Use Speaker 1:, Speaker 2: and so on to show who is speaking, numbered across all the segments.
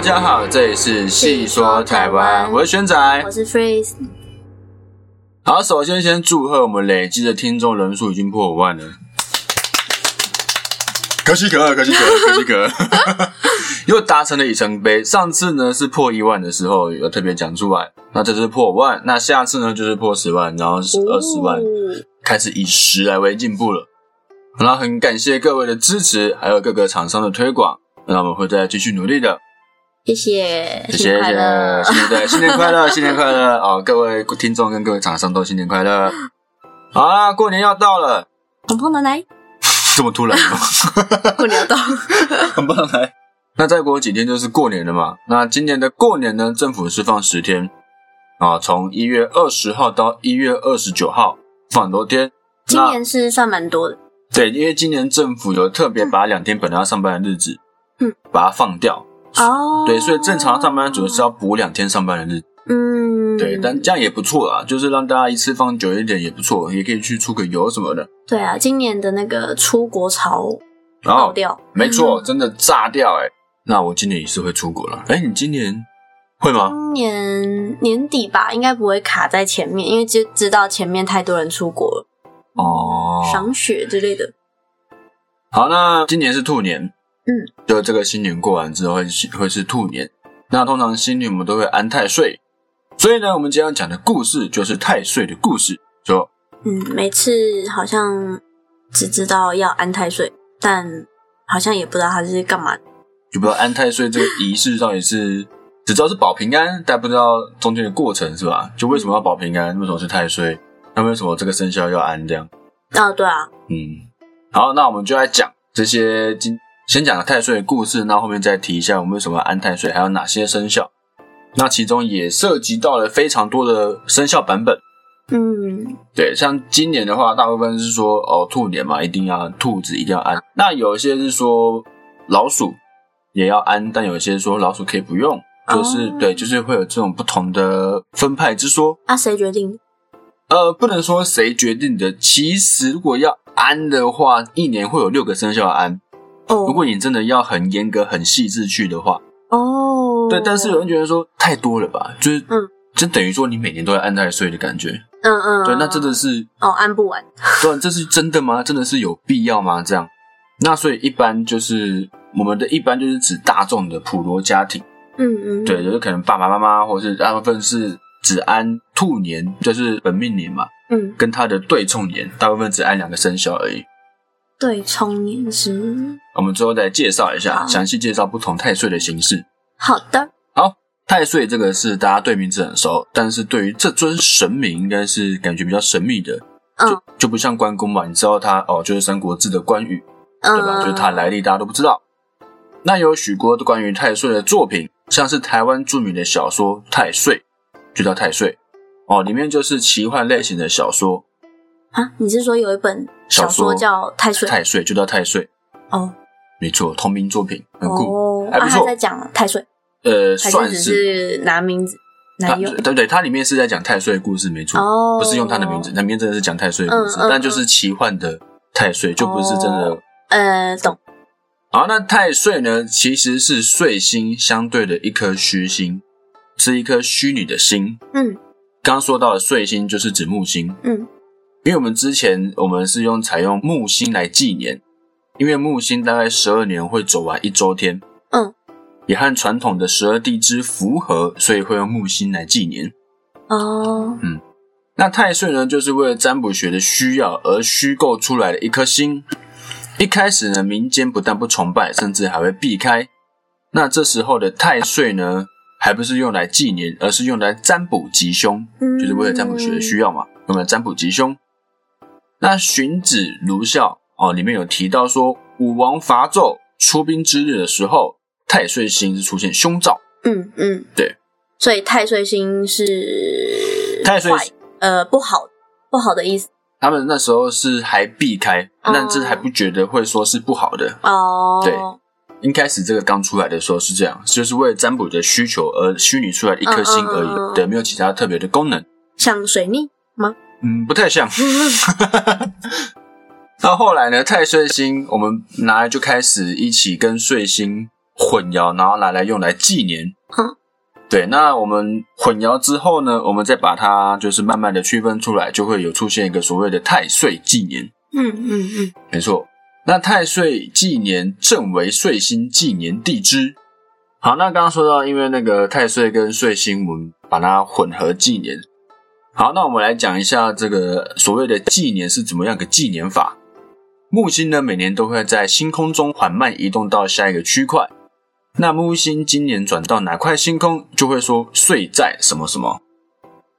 Speaker 1: 家好，这里是细说台湾，我是轩仔
Speaker 2: 我。是 Freeze，
Speaker 1: 好，首先先祝贺我们累积的听众人数已经破五万了，可喜可贺，可喜可贺，可喜可贺， 又达成了里程碑。上次呢是破一万的时候有特别讲出来，那这次破五万，那下次呢就是破十万，然后是二十万，开始以十来为进步了。那很感谢各位的支持，还有各个厂商的推广，那我们会再继续努力的。
Speaker 2: 谢谢，
Speaker 1: 谢
Speaker 2: 新
Speaker 1: 谢
Speaker 2: 年快乐，
Speaker 1: 新年对，新年快乐，新年快乐哦！各位听众跟各位厂商都新年快乐。好啦，过年要到了，
Speaker 2: 红包拿来，
Speaker 1: 这么突然 吗？
Speaker 2: 过年要到，
Speaker 1: 很棒来。那再过几天就是过年了嘛。那今年的过年呢，政府是放十天啊，从一月二十号到一月二十九号放很多天。
Speaker 2: 今年是算蛮多的，
Speaker 1: 对，因为今年政府有特别把两天本来要上班的日子，
Speaker 2: 嗯，
Speaker 1: 把它放掉。
Speaker 2: 哦，
Speaker 1: 对，所以正常上班族是要补两天上班的日子。
Speaker 2: 嗯，
Speaker 1: 对，但这样也不错啦，就是让大家一次放久一点也不错，也可以去出个游什么的。
Speaker 2: 对啊，今年的那个出国潮
Speaker 1: 然
Speaker 2: 爆
Speaker 1: 后，
Speaker 2: 掉，
Speaker 1: 哦
Speaker 2: 嗯
Speaker 1: 没错，真的炸掉哎、那我今年也是会出国了。哎、你今年会吗？
Speaker 2: 今年年底吧，应该不会卡在前面，因为知知道前面太多人出国了，
Speaker 1: 哦，
Speaker 2: 赏雪之类的，
Speaker 1: 好，那今年是兔年，
Speaker 2: 嗯，
Speaker 1: 就这个新年过完之后会是会是兔年。那通常新年我们都会安太岁，所以呢，我们今天要讲的故事就是太岁的故事。说
Speaker 2: 嗯，每次好像只知道要安太岁，但好像也不知道他是干嘛的。
Speaker 1: 就不知道安太岁这个仪式到底是只知道是保平安，但不知道中间的过程是吧？就为什么要保平安？为什么是太岁？那为什么这个生肖要安这样？
Speaker 2: 哦，对啊，
Speaker 1: 嗯，好，那我们就来讲这些今先讲太岁的故事，那后面再提一下我们为什么要安太岁，还有哪些生肖。那其中也涉及到了非常多的生肖版本。
Speaker 2: 嗯，
Speaker 1: 对，像今年的话，大部分是说哦兔年嘛，一定要兔子一定要安。那有一些是说老鼠也要安，但有一些说老鼠可以不用，就是、
Speaker 2: 哦
Speaker 1: 对，就是会有这种不同的分派之说。
Speaker 2: 那、啊谁决定？
Speaker 1: 呃，不能说谁决定的。其实如果要安的话，一年会有六个生肖要安。如
Speaker 2: 哦
Speaker 1: 果你真的要很严格、很细致去的话，
Speaker 2: 哦，
Speaker 1: 对。但是有人觉得说太多了吧，就是
Speaker 2: 嗯，
Speaker 1: 就等于说你每年都要安太岁的感觉。
Speaker 2: 嗯嗯，
Speaker 1: 对，那真的是，
Speaker 2: 哦安不完，
Speaker 1: 对啊，这是真的吗？真的是有必要吗？这样，那所以一般就是我们的一般就是指大众的普罗家庭。
Speaker 2: 嗯嗯，
Speaker 1: 对，就是可能爸爸妈妈，或是大部分是只安兔年，就是本命年嘛。
Speaker 2: 嗯，
Speaker 1: 跟它的对冲年，大部分只按两个生肖而已。
Speaker 2: 对，冲年时
Speaker 1: 我们之后再介绍一下，
Speaker 2: 好
Speaker 1: 详细介绍不同太岁的形式。
Speaker 2: 好的，
Speaker 1: 太岁这个是大家对名字很熟，但是对于这尊神明，应该是感觉比较神秘的。
Speaker 2: 嗯
Speaker 1: 就就不像关公嘛，你知道他哦，就是《三国志》的关羽，
Speaker 2: 嗯，
Speaker 1: 对吧？就是他的来历大家都不知道。那有许多关于太岁的作品，像是台湾著名的小说《太岁》，就叫《太岁》哦，里面就是奇幻类型的小说，
Speaker 2: 啊，你是说有一本
Speaker 1: 小
Speaker 2: 说叫《太岁》
Speaker 1: 太岁就叫《太岁》，
Speaker 2: 哦
Speaker 1: 没错，同名作品很酷，
Speaker 2: 哦，
Speaker 1: 还不
Speaker 2: 啊
Speaker 1: 错
Speaker 2: 他在讲太岁，
Speaker 1: 呃，
Speaker 2: 还
Speaker 1: 算
Speaker 2: 只
Speaker 1: 是
Speaker 2: 是拿名字
Speaker 1: 它
Speaker 2: 来用？
Speaker 1: 对对，它里面是在讲太岁的故事，没错，
Speaker 2: 哦，
Speaker 1: 不是用他的名字，，那里面真的是讲太岁的故事，
Speaker 2: 嗯嗯
Speaker 1: 但就是奇幻的太岁，就不是真的
Speaker 2: 哦。呃，懂，
Speaker 1: 好，那太岁呢，其实是岁星相对的一颗虚星，是一颗虚拟的星。
Speaker 2: 嗯
Speaker 1: 刚刚说到的岁星就是指木星，
Speaker 2: 嗯
Speaker 1: 因为我们之前我们是用采用木星来纪年，因为木星大概十二年会走完一周天，
Speaker 2: 嗯，
Speaker 1: 也和传统的十二地支符合，所以会用木星来纪年。
Speaker 2: 哦，
Speaker 1: 那太岁呢，就是为了占卜学的需要而虚构出来的一颗星。一开始呢，民间不但不崇拜，甚至还会避开。那这时候的太岁呢，还不是用来纪年，而是用来占卜吉凶，
Speaker 2: 嗯
Speaker 1: 就是为了占卜学的需要嘛，用来占卜吉凶。那《荀子·儒孝》哦，里面有提到说，武王伐纣出兵之日的时候，太岁星是出现凶兆。
Speaker 2: 嗯嗯，
Speaker 1: 对，
Speaker 2: 所以太岁星是
Speaker 1: 太岁
Speaker 2: 坏呃不好不好的意思
Speaker 1: 他们那时候是还避开，
Speaker 2: 哦
Speaker 1: 但这还不觉得会说是不好的，
Speaker 2: 哦，
Speaker 1: 对一开始这个刚出来的时候是这样，就是为了占卜的需求而虚拟出来的一颗星而已，
Speaker 2: 嗯嗯嗯嗯
Speaker 1: 对，没有其他特别的功能。
Speaker 2: 像 水逆，
Speaker 1: 嗯，不太像。那后来呢，太岁星我们拿来就开始一起跟岁星混淆，然后拿来用来纪年。
Speaker 2: 嗯，
Speaker 1: 对。那我们混淆之后呢，我们再把它就是慢慢的区分出来，就会有出现一个所谓的太岁纪年。
Speaker 2: 嗯嗯嗯，
Speaker 1: 没错。那太岁纪年正为岁星纪年地支。好，那刚刚说到，因为那个太岁跟岁星，我们把它混合纪年。好，那我们来讲一下这个所谓的纪年是怎么样个纪年法。木星呢，每年都会在星空中缓慢移动到下一个区块。那木星今年转到哪块星空，就会说岁在什么什么。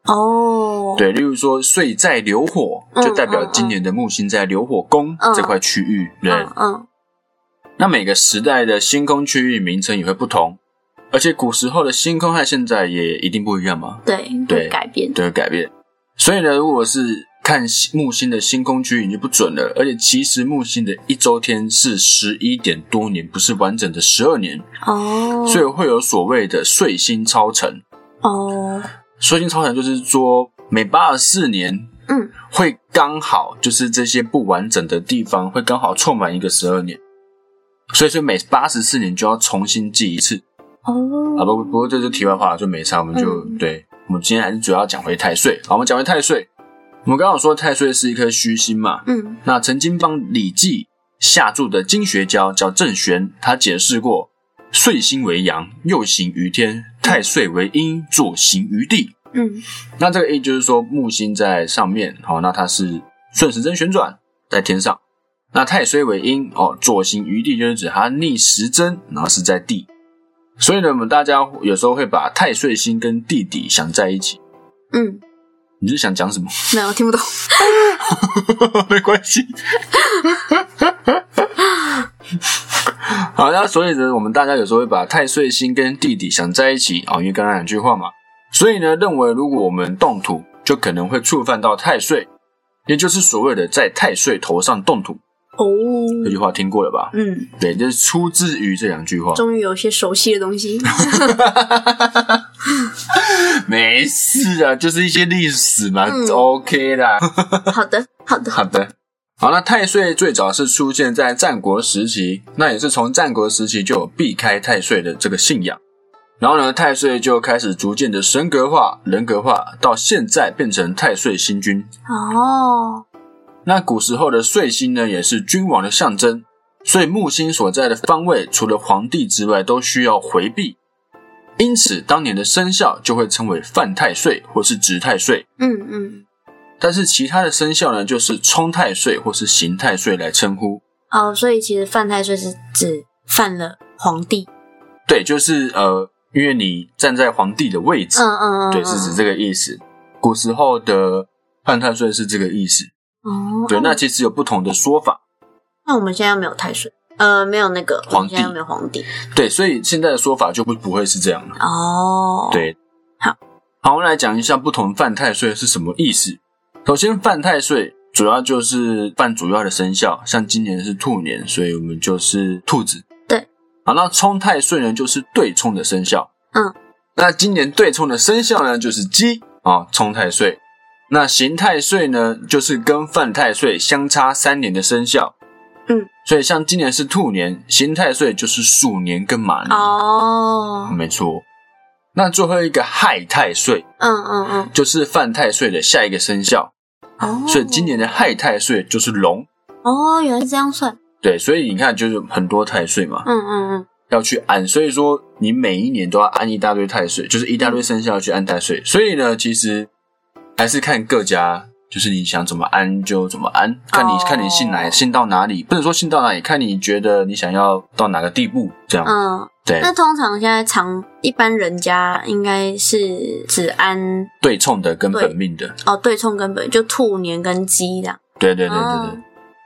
Speaker 2: 哦，，
Speaker 1: 对，例如说岁在流火，
Speaker 2: 嗯
Speaker 1: 就代表今年的木星在流火宫
Speaker 2: 嗯
Speaker 1: 这块区域。对，
Speaker 2: 嗯嗯
Speaker 1: 那每个时代的星空区域名称也会不同，而且古时候的星空和现在也一定不一样嘛，
Speaker 2: 对，
Speaker 1: 对
Speaker 2: 会改变，
Speaker 1: 都有改变。所以呢，如果是看星木星的星空区域，你就不准了。而且其实木星的一周天是十一点多年，不是完整的十二年，
Speaker 2: 哦，
Speaker 1: 所以会有所谓的岁星超程。
Speaker 2: 哦，
Speaker 1: 岁星超程就是说每八十四年。
Speaker 2: 嗯，
Speaker 1: 会刚好就是这些不完整的地方会刚好凑满一个十二年，所以说每八十四年就要重新记一次。
Speaker 2: 哦，
Speaker 1: 啊，不不过这是题外话，就没差，我们就、
Speaker 2: 嗯
Speaker 1: 对，我们今天还是主要讲回太岁。好，我们讲回太岁，我们刚刚有说太岁是一颗虚星嘛，
Speaker 2: 嗯，
Speaker 1: 那曾经帮李济下注的经学家叫郑玄，他解释过，岁星为阳，又行于天；太岁为阴，左行于地。
Speaker 2: 嗯
Speaker 1: 那这个意就是说木星在上面，好、那它是顺时针旋转在天上。那太岁为阴，哦，左行于地就是指它逆时针，然后是在地。所以呢，我们大家有时候会把太岁星跟地底想在一起。
Speaker 2: 嗯，
Speaker 1: 你是想讲什么？
Speaker 2: 没有 听不懂，
Speaker 1: 没关系。 好，那所以呢，我们大家有时候会把太岁星跟地底想在一起啊、哦因为刚刚两句话嘛，所以呢，认为如果我们动土，就可能会触犯到太岁，也就是所谓的在太岁头上动土。
Speaker 2: 哦，
Speaker 1: 这句话听过了吧？
Speaker 2: 嗯，
Speaker 1: 对，这、是出自于这两句话。
Speaker 2: 终于有些熟悉的东 西，
Speaker 1: 没事啊，就是一些历史嘛、
Speaker 2: 嗯
Speaker 1: o k 啦。
Speaker 2: 好的好的，
Speaker 1: 好的，好，那太岁最早是出现在战国时期，那也是从战国时期就有避开太岁的这个信仰。然后呢，太岁就开始逐渐的神格化、人格化，到现在变成太岁星君。
Speaker 2: 哦，
Speaker 1: 那古时候的岁星呢，也是君王的象征，所以木星所在的方位，除了皇帝之外，都需要回避。因此，当年的生肖就会称为犯太岁或是值太岁。
Speaker 2: 嗯嗯，
Speaker 1: 但是其他的生肖呢，就是冲太岁或是刑太岁来称呼。
Speaker 2: 哦，所以其实犯太岁是指犯了皇帝，
Speaker 1: 对，就是呃，因为你站在皇帝的位置，
Speaker 2: 嗯嗯嗯，
Speaker 1: 对，是指这个意思。古时候的犯太岁是这个意思。
Speaker 2: 哦，
Speaker 1: 对，那其实有不同的说法。
Speaker 2: 那我们现在没有太岁，呃，没有那个
Speaker 1: 皇帝
Speaker 2: 我们现在没有皇帝
Speaker 1: 对，所以现在的说法就不不会是这样了。
Speaker 2: 哦，，
Speaker 1: 对，
Speaker 2: 好，
Speaker 1: 好，我们来讲一下不同犯太岁是什么意思。首先，犯太岁主要就是犯主要的生肖，像今年是兔年，所以我们就是兔子。
Speaker 2: 对，
Speaker 1: 好，那冲太岁呢，就是对冲的生肖。
Speaker 2: 嗯，
Speaker 1: 那今年对冲的生肖呢，就是鸡啊，冲太岁。那刑太岁呢，就是跟犯太岁相差三年的生肖。
Speaker 2: 嗯，
Speaker 1: 所以像今年是兔年，刑太岁就是鼠年跟马年。
Speaker 2: 哦，
Speaker 1: 没错。那最后一个亥太岁
Speaker 2: 嗯嗯
Speaker 1: 就是犯太岁的下一个生肖，
Speaker 2: 嗯，哦，
Speaker 1: 所以今年的亥太岁就是龙。
Speaker 2: 哦，原来是这样算，
Speaker 1: 对，所以你看，就是很多太岁嘛，
Speaker 2: 嗯嗯嗯，
Speaker 1: 要去安，所以说你每一年都要安一大堆太岁，就是一大堆生肖要去安太岁。所以呢，其实还是看各家，就是你想怎么安就怎么安，看你、
Speaker 2: 哦
Speaker 1: 看你信哪信到哪里，不能说信到哪里，看你觉得你想要到哪个地步，这样、
Speaker 2: 嗯，
Speaker 1: 对
Speaker 2: 那通常现在常一般人家应该是只安
Speaker 1: 对冲的跟
Speaker 2: 对
Speaker 1: 本命的，
Speaker 2: 哦对冲根本就兔年跟鸡的，
Speaker 1: 对对对对对。
Speaker 2: 哦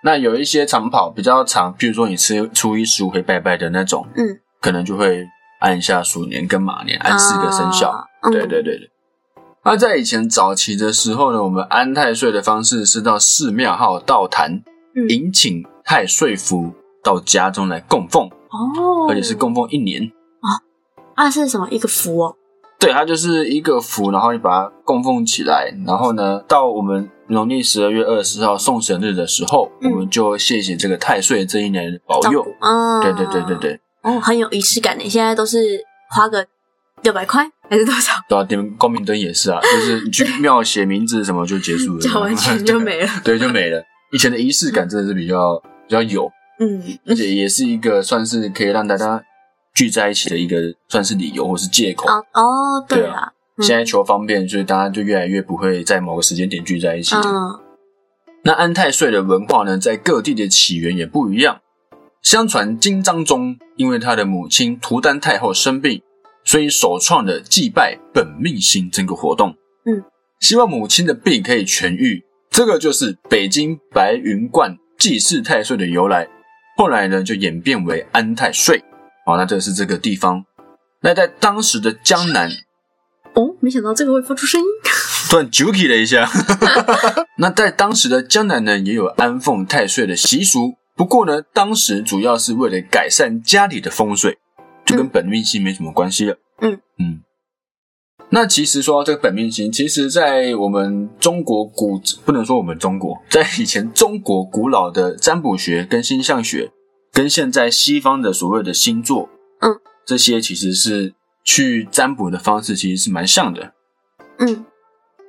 Speaker 1: 那有一些长跑比较长，比如说你吃初一十五会拜拜的那种，
Speaker 2: 嗯，
Speaker 1: 可能就会按一下鼠年跟马年，按四个生肖。
Speaker 2: 啊，嗯
Speaker 1: 对对，对对。那在以前早期的时候呢，我们安太岁的方式是到寺庙还有道坛
Speaker 2: 嗯
Speaker 1: 迎请太岁符到家中来供奉，
Speaker 2: 哦，
Speaker 1: 而且是供奉一年。
Speaker 2: 啊是什么一个福哦，
Speaker 1: 对，它就是一个符，然后你把它供奉起来，然后呢，到我们农历十二月二十号送神日的时候，
Speaker 2: 嗯
Speaker 1: 我们就谢谢这个太岁这一年的保
Speaker 2: 照
Speaker 1: 佑。
Speaker 2: 顾，嗯，
Speaker 1: 哦对对对对，对，
Speaker 2: 哦，很有仪式感的。现在都是花个六百块还是多 少，
Speaker 1: 对啊，你们光明灯也是啊， 就是你去庙写名字什么就结束了，
Speaker 2: 交完钱就没了。
Speaker 1: 对，就没了。以前的仪式感真的是比较比较有，
Speaker 2: 嗯，
Speaker 1: 而且也是一个算是可以让大家聚在一起的一个算是理由或是借口。
Speaker 2: 哦哦，对
Speaker 1: 对啊
Speaker 2: 啦，
Speaker 1: 现在求方便，所以大家就越来越不会在某个时间点聚在一起。
Speaker 2: 嗯
Speaker 1: 那安太岁的文化呢，在各地的起源也不一样。相传金章宗因为他的母亲图丹太后生病，所以首创了祭拜本命星这个活动。
Speaker 2: 嗯，
Speaker 1: 希望母亲的病可以痊愈，这个就是北京白云观祭祀太岁的由来。后来呢，就演变为安太岁。好，那这是这个地方。那在当时的江南，
Speaker 2: 哦，没想到这个会发出声音，
Speaker 1: 突然揪起了一下。 那在当时的江南呢，也有安奉太岁的习俗，不过呢，当时主要是为了改善家里的风水，就跟本命星没什么关系了。
Speaker 2: 嗯
Speaker 1: 嗯。那其实说到这个本命星，其实，在我们中国古不能说我们中国，在以前中国古老的占卜学跟星象学，跟现在西方的所谓的星座，
Speaker 2: 嗯，
Speaker 1: 这些其实是去占卜的方式，其实是蛮像的。
Speaker 2: 嗯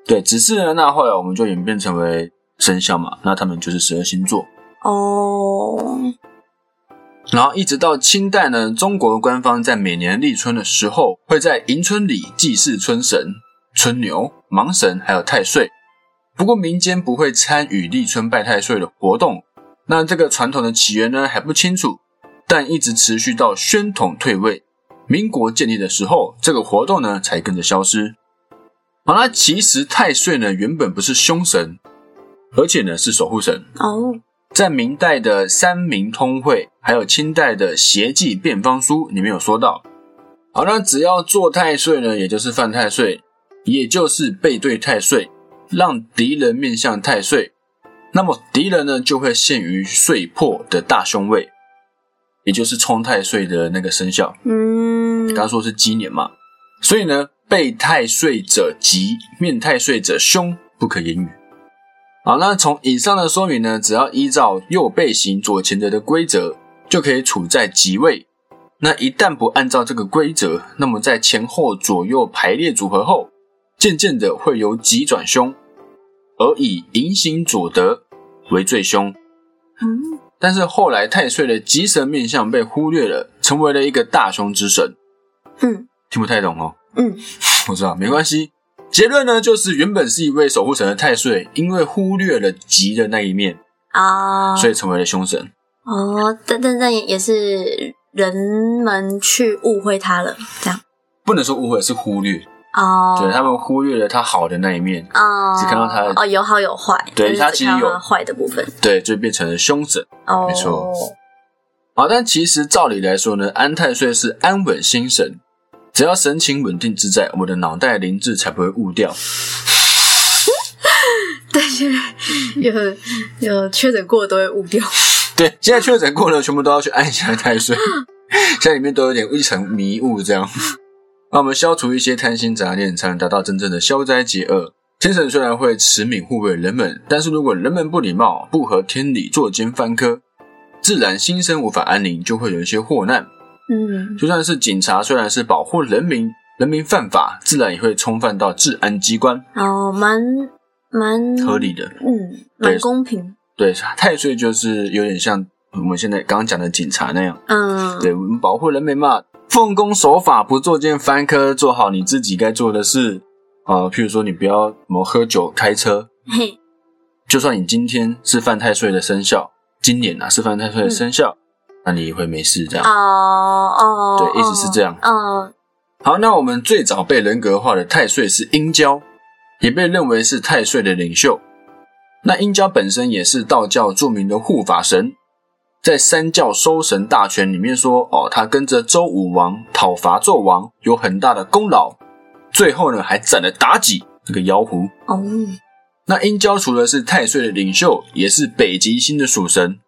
Speaker 1: 对，只是呢，那后来我们就演变成为生肖嘛，那他们就是十二星座。
Speaker 2: 哦，
Speaker 1: 然后一直到清代呢，中国官方在每年立春的时候，会在迎春里祭祀春神、春牛、盲神还有太岁。不过民间不会参与立春拜太岁的活动。那这个传统的起源呢还不清楚，但一直持续到宣统退位，民国建立的时候，这个活动呢才跟着消失。好，那其实太岁呢原本不是凶神，而且呢是守护神。
Speaker 2: 哦，
Speaker 1: 在明代的《三明通会》，还有清代的《协记辩方书》里面有说到。好，那只要做太岁呢，也就是犯太岁，也就是背对太岁，让敌人面向太岁，那么敌人呢就会陷于岁破的大凶位，也就是冲太岁的那个生肖。
Speaker 2: 嗯，
Speaker 1: 刚刚说是鸡年嘛，所以呢，被太岁者吉，面太岁者凶，不可言语。好，那从以上的说明呢，只要依照右背行左前折的规则，就可以处在吉位。那一旦不按照这个规则，那么在前后左右排列组合后，渐渐的会由吉转凶，而以迎行左德为最凶。
Speaker 2: 嗯
Speaker 1: 但是后来太岁的吉神面相被忽略了，成为了一个大凶之神。
Speaker 2: 嗯
Speaker 1: 听不太懂哦。
Speaker 2: 嗯，
Speaker 1: 我知道，没关系。结论呢，就是原本是一位守护神的太岁，因为忽略了吉的那一面，
Speaker 2: 啊，
Speaker 1: 所以成为了凶神。
Speaker 2: 哦，但但但也是人们去误会他了，这样
Speaker 1: 不能说误会，是忽略。
Speaker 2: 哦，
Speaker 1: 对他们忽略了他好的那一面，
Speaker 2: 哦，
Speaker 1: 只看到他的
Speaker 2: 哦有好有坏，
Speaker 1: 对
Speaker 2: 就是
Speaker 1: 他
Speaker 2: 只
Speaker 1: 其实
Speaker 2: 看到
Speaker 1: 有
Speaker 2: 他坏的部分，
Speaker 1: 对，就变成了凶神。
Speaker 2: 哦，
Speaker 1: 没错好，但其实照理来说呢，安太岁是安稳心神，只要神情稳定自在，我们的脑袋灵智才不会误掉。
Speaker 2: 但是有有确诊过都会 误掉，
Speaker 1: 对，现在确诊过了，全部都要去按一下太岁，现在里面都有点一层迷雾这样。那我们消除一些贪心杂念，才能达到真正的消灾解厄。天神虽然会慈悯护卫人们，但是如果人们不礼貌、不合天理、作奸犯科，自然心生无法安宁，就会有一些祸难。
Speaker 2: 嗯
Speaker 1: 就算是警察，虽然是保护人民，人民犯法，自然也会冲犯到治安机关，
Speaker 2: 哦，蛮蛮
Speaker 1: 合理的。
Speaker 2: 嗯，
Speaker 1: 对
Speaker 2: 蛮公平，
Speaker 1: 对，太岁就是有点像我们现在刚刚讲的警察那样。
Speaker 2: 嗯，
Speaker 1: 对，我们保护人民嘛，奉公守法，不作奸犯科，做好你自己该做的事。啊、譬如说你不要什么喝酒开车，
Speaker 2: 嘿，
Speaker 1: 就算你今天是犯太岁的生肖，今年啊是犯太岁的生肖，那你也会没事这样。
Speaker 2: 哦哦，
Speaker 1: 对一直是这样
Speaker 2: 哦，
Speaker 1: 好，那我们最早被人格化的太岁是殷郊，也被认为是太岁的领袖。那殷郊本身也是道教著名的护法神，在三教收神大全里面说，哦，他跟着周武王讨伐纣王有很大的功劳，最后呢还斩了妲己这个妖狐。
Speaker 2: 哦，
Speaker 1: 那殷郊除了是太岁的领袖，也是北极星的属神，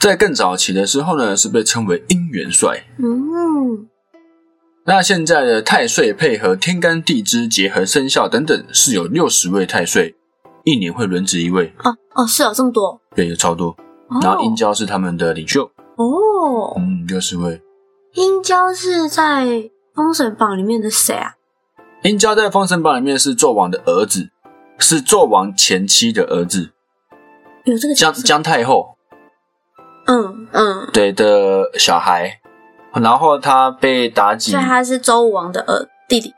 Speaker 1: 在更早期的时候呢，是被称为殷元帅。
Speaker 2: 嗯，
Speaker 1: 那现在的太岁配合天干地支，结合生肖等等，是有六十位太岁，一年会轮值一位，
Speaker 2: 哦哦，是有这么多，
Speaker 1: 对，有超多。
Speaker 2: 哦
Speaker 1: 然后殷郊是他们的领袖，
Speaker 2: 哦，
Speaker 1: 嗯，六十位。
Speaker 2: 殷郊是在封神榜里面的谁啊？
Speaker 1: 殷郊在《封神榜》里面是纣王的儿子，是纣王前妻的儿子，
Speaker 2: 有这个角
Speaker 1: 姜
Speaker 2: 色？
Speaker 1: 姜太后
Speaker 2: 嗯嗯，
Speaker 1: 对的小孩。然后他被妲己
Speaker 2: 所以，他是周武王的儿弟弟，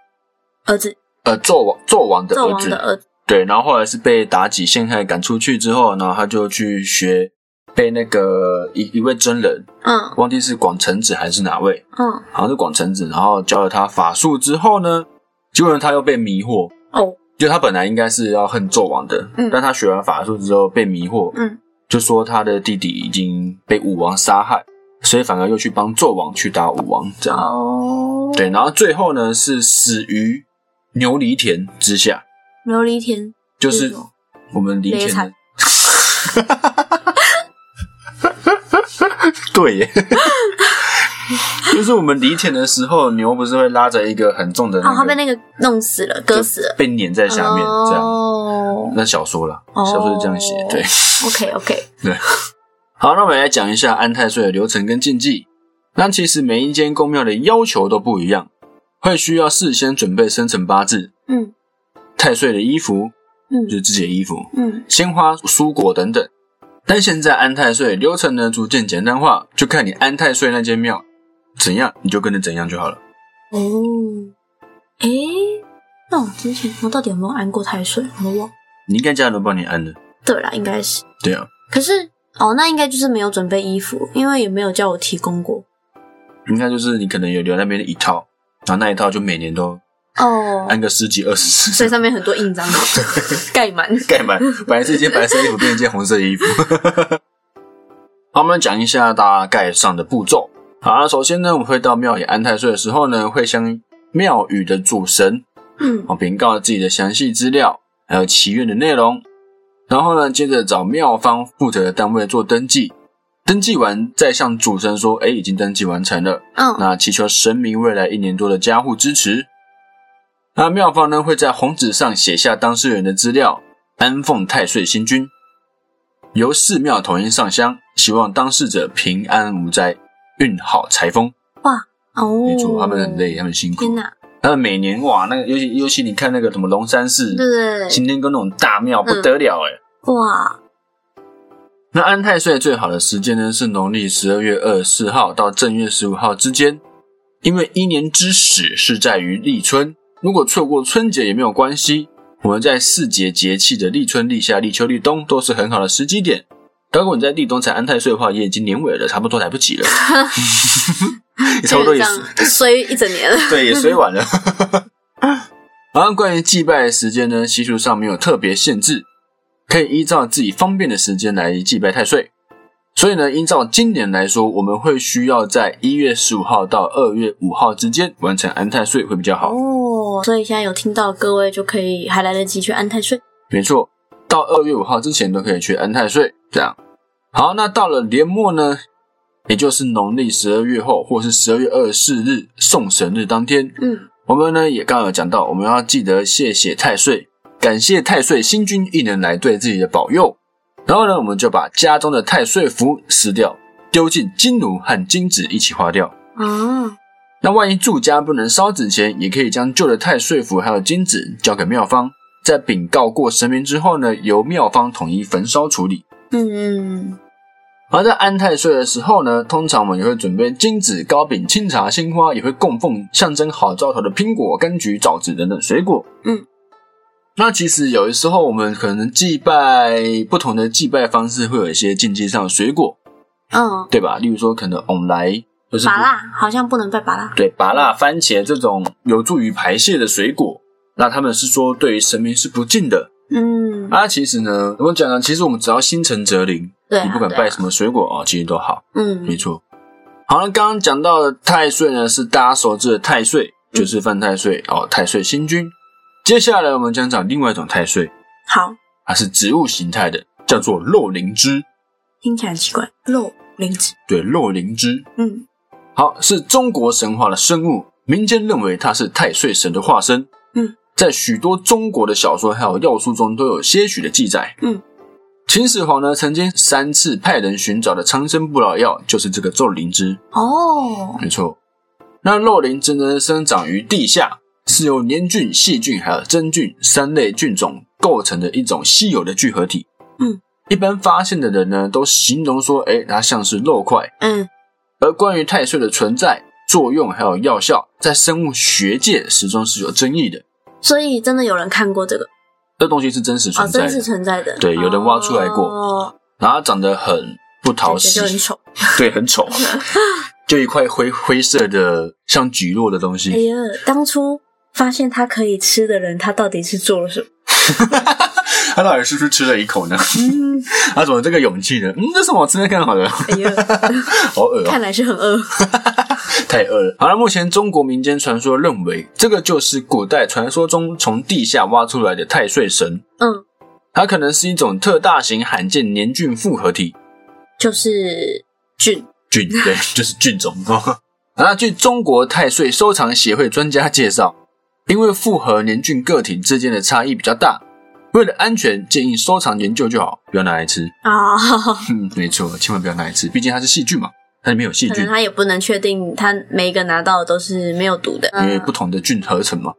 Speaker 2: 儿子，
Speaker 1: 呃，纣王纣王的
Speaker 2: 纣
Speaker 1: 儿
Speaker 2: 王的
Speaker 1: 子，
Speaker 2: 儿子。
Speaker 1: 对。然后后来是被妲己陷害赶出去之后，然后他就去学，被那个一一位真人，
Speaker 2: 嗯
Speaker 1: 忘记是广成子还是哪位，
Speaker 2: 嗯
Speaker 1: 好像是广成子，然后教了他法术之后呢，结果呢他又被迷惑，
Speaker 2: 哦
Speaker 1: 就他本来应该是要恨纣王的，
Speaker 2: 嗯
Speaker 1: 但他学完法术之后被迷惑，
Speaker 2: 嗯
Speaker 1: 就说他的弟弟已经被武王杀害，所以反而又去帮纣王去打武王，这样、
Speaker 2: 哦，
Speaker 1: 对，然后最后呢是死于牛犁田之下，
Speaker 2: 琉璃田
Speaker 1: 就是我们犁
Speaker 2: 犁
Speaker 1: 田的
Speaker 2: 产，
Speaker 1: 对耶。 就是我们犁田的时候，牛不是会拉着一个很重的那
Speaker 2: 哦，
Speaker 1: 个，
Speaker 2: 他被那个弄死了，割死了，
Speaker 1: 被碾在下面，这样。
Speaker 2: 哦
Speaker 1: 那小说啦，
Speaker 2: 哦
Speaker 1: 小说是这样写，对。
Speaker 2: ，OK OK，
Speaker 1: 好，那我们来讲一下安太岁的流程跟禁忌。那其实每一间宫庙的要求都不一样，会需要事先准备生辰八字、
Speaker 2: 嗯
Speaker 1: 太岁的衣服，
Speaker 2: 嗯
Speaker 1: 就是自己的衣服、
Speaker 2: 嗯
Speaker 1: 鲜花、蔬果等等。但现在安太岁流程呢逐渐简单化，就看你安太岁那间庙怎样，你就跟着怎样就好了。
Speaker 2: 哦，诶，那我之前我到底有没有安过太岁？我都忘了。
Speaker 1: 你应该家人都帮你安的，
Speaker 2: 对啦，应该是。
Speaker 1: 对啊，
Speaker 2: 可是哦，那应该就是没有准备衣服，因为也没有叫我提供过。
Speaker 1: 应该就是你可能有留那边的一套，然后那一套就每年都
Speaker 2: 哦，
Speaker 1: 安个十几二十
Speaker 2: 所以上面很多 印章嘛盖满。
Speaker 1: 盖满，本来是一件白色衣服变一件红色衣服。 好，我们讲一下大概上的步骤。好，那首先呢，我们会到庙宇安太岁的时候呢，会向庙宇的主神
Speaker 2: 嗯
Speaker 1: 哦禀告自己的详细资料，还有祈愿的内容。然后呢，接着找庙方负责的单位做登记，登记完再向主神说，哎，已经登记完成了。
Speaker 2: 嗯
Speaker 1: 那祈求神明未来一年多的加护支持。那庙方呢会在红纸上写下当事人的资料，安奉太岁星君，由寺庙统一上香，希望当事者平安无灾，运好财丰。
Speaker 2: 哦，
Speaker 1: 没错，他们很累，。他们辛
Speaker 2: 天
Speaker 1: 苦。
Speaker 2: 哪，
Speaker 1: 他们每年哇，那个尤其尤其你看那个什么龙山寺
Speaker 2: 对、对
Speaker 1: 行
Speaker 2: 对，
Speaker 1: 天宫那种大庙，不得了哎。
Speaker 2: 哇，
Speaker 1: 那安太岁最好的时间呢是农历十二月二十四号到正月十五号之间，因为一年之始是在于立春，如果错过春节也没有关系。我们在四节节气的立春、立夏、立秋、立冬都是很好的时机点。如果你在立冬才安太岁的话，也已经年尾了，差不多来不 及了， 也差不多
Speaker 2: 这
Speaker 1: 也
Speaker 2: 样
Speaker 1: 是
Speaker 2: 衰一整年了。
Speaker 1: 对，也随晚了。然后关于祭拜的时间呢，习俗上没有特别限制，可以依照自己方便的时间来祭拜太岁。所以呢，依照今年来说，我们会需要在一月十五号到二月五号之间完成安太岁会比较 好。
Speaker 2: 哦，所以现在有听到的各位就可以还来得及去安太岁。
Speaker 1: 没错，到二月五号之前都可以去安太岁。这样，好，那到了年末呢，也就是农历十二月后，或是十二月二十四日送神日当天，
Speaker 2: 嗯，
Speaker 1: 我们呢也刚刚有讲到，我们要记得谢谢太岁，感谢太岁星君一年来对自己的保佑。然后呢，我们就把家中的太岁符撕掉，丢进金炉和金纸一起化掉。
Speaker 2: 啊，
Speaker 1: 那万一住家不能烧纸钱，也可以将旧的太岁符还有金纸交给庙方，在禀告过神明之后呢，由庙方统一焚烧处理。
Speaker 2: 嗯嗯，
Speaker 1: 而在安太岁的时候呢，通常我们也会准备金纸、糕饼、清茶、鲜花，也会供奉象征好兆头的苹果、柑橘、枣子等等水果。
Speaker 2: 嗯，
Speaker 1: 那其实有的时候我们可能祭拜不同的祭拜方式，会有一些禁忌上的水果，
Speaker 2: 嗯，
Speaker 1: 对吧？例如说可能翁来就是
Speaker 2: 拔蜡好像不能拜拔蜡。
Speaker 1: 对芭辣、番茄这种有助于排泄的水果，那他们是说对于神明是不敬的。
Speaker 2: 嗯，
Speaker 1: 啊，其实呢，我讲呢，其实我们只要心诚则灵，
Speaker 2: 对啊，
Speaker 1: 你不管
Speaker 2: 对啊
Speaker 1: 拜什么水果啊、哦，其实都好。
Speaker 2: 嗯
Speaker 1: 没，错。好了，刚刚讲到的太岁呢，是大家熟知的太岁，就是犯太岁哦，太岁星君。接下来我们将讲另外一种太岁，
Speaker 2: 好，
Speaker 1: 它是植物形态的，叫做肉灵芝。
Speaker 2: 听起来很奇怪，肉灵芝，
Speaker 1: 对，肉灵芝，
Speaker 2: 嗯
Speaker 1: 好，是中国神话的生物，民间认为它是太岁神的化身。
Speaker 2: 嗯，
Speaker 1: 在许多中国的小说还有药书中都有些许的记载。
Speaker 2: 嗯，
Speaker 1: 秦始皇呢曾经三次派人寻找的长生不老药就是这个肉灵芝。
Speaker 2: 哦，
Speaker 1: 没错。那肉林真正生长于地下，是由黏菌、细菌还有真菌三类菌种构成的一种稀有的聚合体。
Speaker 2: 嗯，
Speaker 1: 一般发现的人呢，都形容说，哎，它像是肉块。
Speaker 2: 嗯
Speaker 1: 而关于太岁的存在、作用还有药效，在生物学界始终是有争议的。
Speaker 2: 所以真的有人看过这个
Speaker 1: 这东西是真实
Speaker 2: 哦，
Speaker 1: 存在
Speaker 2: 真
Speaker 1: 的，
Speaker 2: 实存在的。
Speaker 1: 对有人挖出来过
Speaker 2: 哦，
Speaker 1: 然后它长得很不讨
Speaker 2: 感觉
Speaker 1: 喜
Speaker 2: 就，很丑。
Speaker 1: 对，很 丑，就一块灰灰色的像菊络的东
Speaker 2: 哎
Speaker 1: 西。
Speaker 2: 呀，当初发现它可以吃的人，他到底是做了 什么？
Speaker 1: 他到底是不是吃了一口呢？
Speaker 2: 嗯，
Speaker 1: 他怎么有这个勇气呢？嗯，这是我吃的看好了，
Speaker 2: 哎呀，
Speaker 1: 好恶哦、
Speaker 2: 看来是 很饿。
Speaker 1: 太饿了。好了，目前中国民间传说认为，这个就是古代传说中从地下挖出来的太岁神，
Speaker 2: 嗯，
Speaker 1: 它可能是一种特大型罕见黏菌复合体
Speaker 2: 就是菌，
Speaker 1: 菌，对，就是菌种。 那据中国太岁收藏协会专家介绍，因为复合黏菌个体之间的差异比较大，为了安全，建议收藏研究就好，不要拿来吃。
Speaker 2: 啊、
Speaker 1: 嗯，没错，千万不要拿来吃，毕竟它是细菌嘛，它里面有细
Speaker 2: 可
Speaker 1: 菌
Speaker 2: 能，他也不能确定他每一个拿到的都是没有毒的。嗯
Speaker 1: 因为不同的菌合成嘛。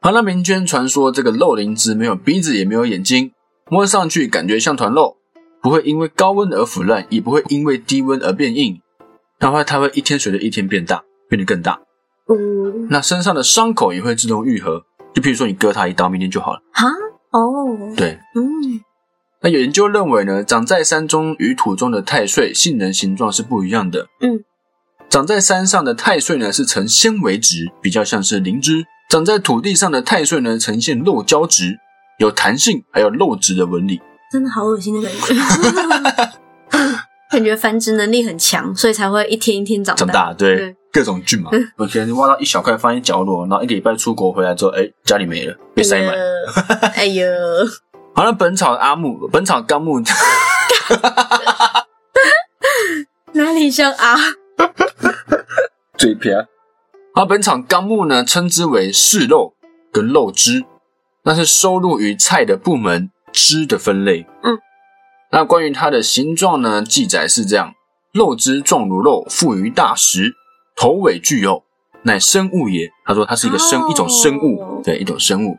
Speaker 1: 好，那民间传说这个肉灵芝没有鼻子也没有眼睛，摸上去感觉像团肉，不会因为高温而腐烂，也不会因为低温而变硬，然后它会一天随着一天变大，变得更大。
Speaker 2: 嗯，
Speaker 1: 那身上的伤口也会自动愈合，就譬如说你割它一刀，明天就好了。
Speaker 2: 哈，哦，
Speaker 1: 对，
Speaker 2: 嗯，
Speaker 1: 那有研究认为呢，长在山中与土中的太岁性能形状是不一样的。
Speaker 2: 嗯，
Speaker 1: 长在山上的太岁呢是呈纤维质，比较像是灵芝；长在土地上的太岁呢呈现肉胶质，有弹性，还有肉质的纹理。
Speaker 2: 真的好恶心的感觉。 感觉繁殖能力很强，所以才会一天一天长
Speaker 1: 长大对
Speaker 2: 对
Speaker 1: 各种菌嘛， 我可能挖到一小块放一角落，然后一个礼拜出国回来之后，哎，家里没了，被塞满。
Speaker 2: 哎呦，哎呦
Speaker 1: 好了，《本草阿木》《本草纲目》
Speaker 2: 哪里像啊？
Speaker 1: 嘴瓢。而本草纲目呢，称之为嗜肉跟肉汁，那是收录于菜的部门汁的分类。
Speaker 2: 嗯，
Speaker 1: 那关于它的形状呢，记载是这样：肉汁状如肉，附于大石，头尾具有，乃生物也。他说它是一个生、
Speaker 2: 哦
Speaker 1: 一种生物，对，一种生物。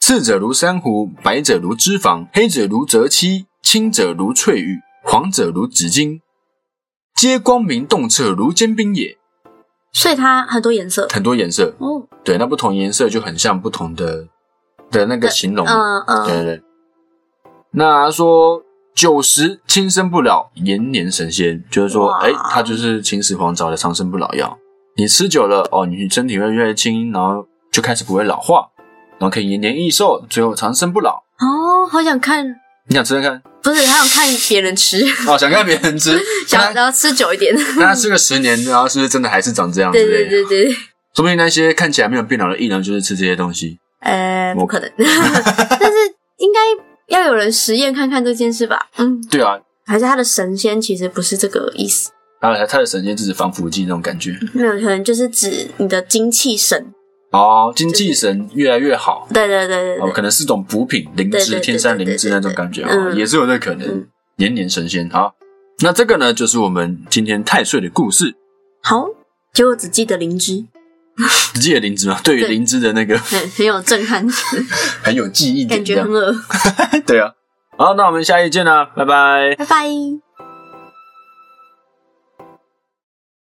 Speaker 1: 赤者如珊瑚，白者如脂肪，黑者如泽漆，青者如翠玉，黄者如紫金，皆光明洞彻如坚冰也。
Speaker 2: 所以它很多颜色
Speaker 1: 很多颜色，
Speaker 2: 哦，
Speaker 1: 对，那不同颜色就很像不同的的那个形容，
Speaker 2: 嗯
Speaker 1: 对对
Speaker 2: 嗯，
Speaker 1: 对。那他说九十轻生不老，延年神仙，就是说，
Speaker 2: 哇
Speaker 1: 哎，他就是秦始皇找的长生不老药。你吃久了哦，你身体会越来越轻，然后就开始不会老化，然后可以延年益寿，最后长生不老。
Speaker 2: 哦，好想看，
Speaker 1: 你想吃看 看？
Speaker 2: 不是，好想看别 人吃，
Speaker 1: 哦，想看别人吃，
Speaker 2: 想
Speaker 1: 看他
Speaker 2: 然后吃久一 点。
Speaker 1: 看他吃个十年，然后是不是真的还是长这样之
Speaker 2: 对
Speaker 1: 类的？
Speaker 2: 对对对，对
Speaker 1: 说不定那些看起来没有变老的艺人就是吃这些东西。
Speaker 2: 呃，
Speaker 1: 我
Speaker 2: 不 可能，但是应该要有人实验看看这件事吧？嗯，
Speaker 1: 对啊，
Speaker 2: 还是他的神仙其实不是这个意思，
Speaker 1: 然后他的神仙就是防腐剂那种感觉。
Speaker 2: 没有，可能就是指你的精气神。
Speaker 1: 哦，精气神越来越好，
Speaker 2: 对对对对
Speaker 1: 哦，
Speaker 2: 对，
Speaker 1: 可能是种补品，灵
Speaker 2: 对对
Speaker 1: 芝、
Speaker 2: 对
Speaker 1: 天山灵芝
Speaker 2: 对对
Speaker 1: 那
Speaker 2: 对
Speaker 1: 种感觉，哦，
Speaker 2: 嗯
Speaker 1: 也是有这可能
Speaker 2: 嗯，
Speaker 1: 年年神仙。好，那这个呢，就是我们今天太岁的故事。
Speaker 2: 好，结果只记得灵芝，
Speaker 1: 只记得灵芝嘛，对于
Speaker 2: 对
Speaker 1: 灵芝的那个
Speaker 2: 很很有震撼，
Speaker 1: 很有记忆点，
Speaker 2: 感
Speaker 1: 这
Speaker 2: 觉
Speaker 1: 样
Speaker 2: 很恶
Speaker 1: 对啊。好，那我们下一见啦，拜拜。
Speaker 2: 拜拜。